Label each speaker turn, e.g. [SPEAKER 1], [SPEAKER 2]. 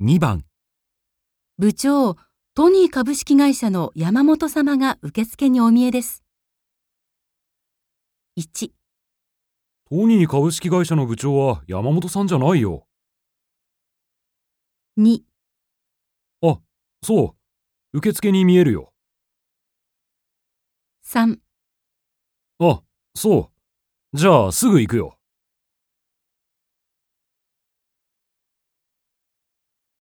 [SPEAKER 1] 2番、
[SPEAKER 2] 部長、トニー株式会社の山本様が受付にお見えです。1、
[SPEAKER 3] トニー株式会社の部長は山本さんじゃないよ。
[SPEAKER 2] 2、
[SPEAKER 3] そう。受付に見えるよ。
[SPEAKER 2] 3
[SPEAKER 3] あ、そう。じゃあすぐ行くよ。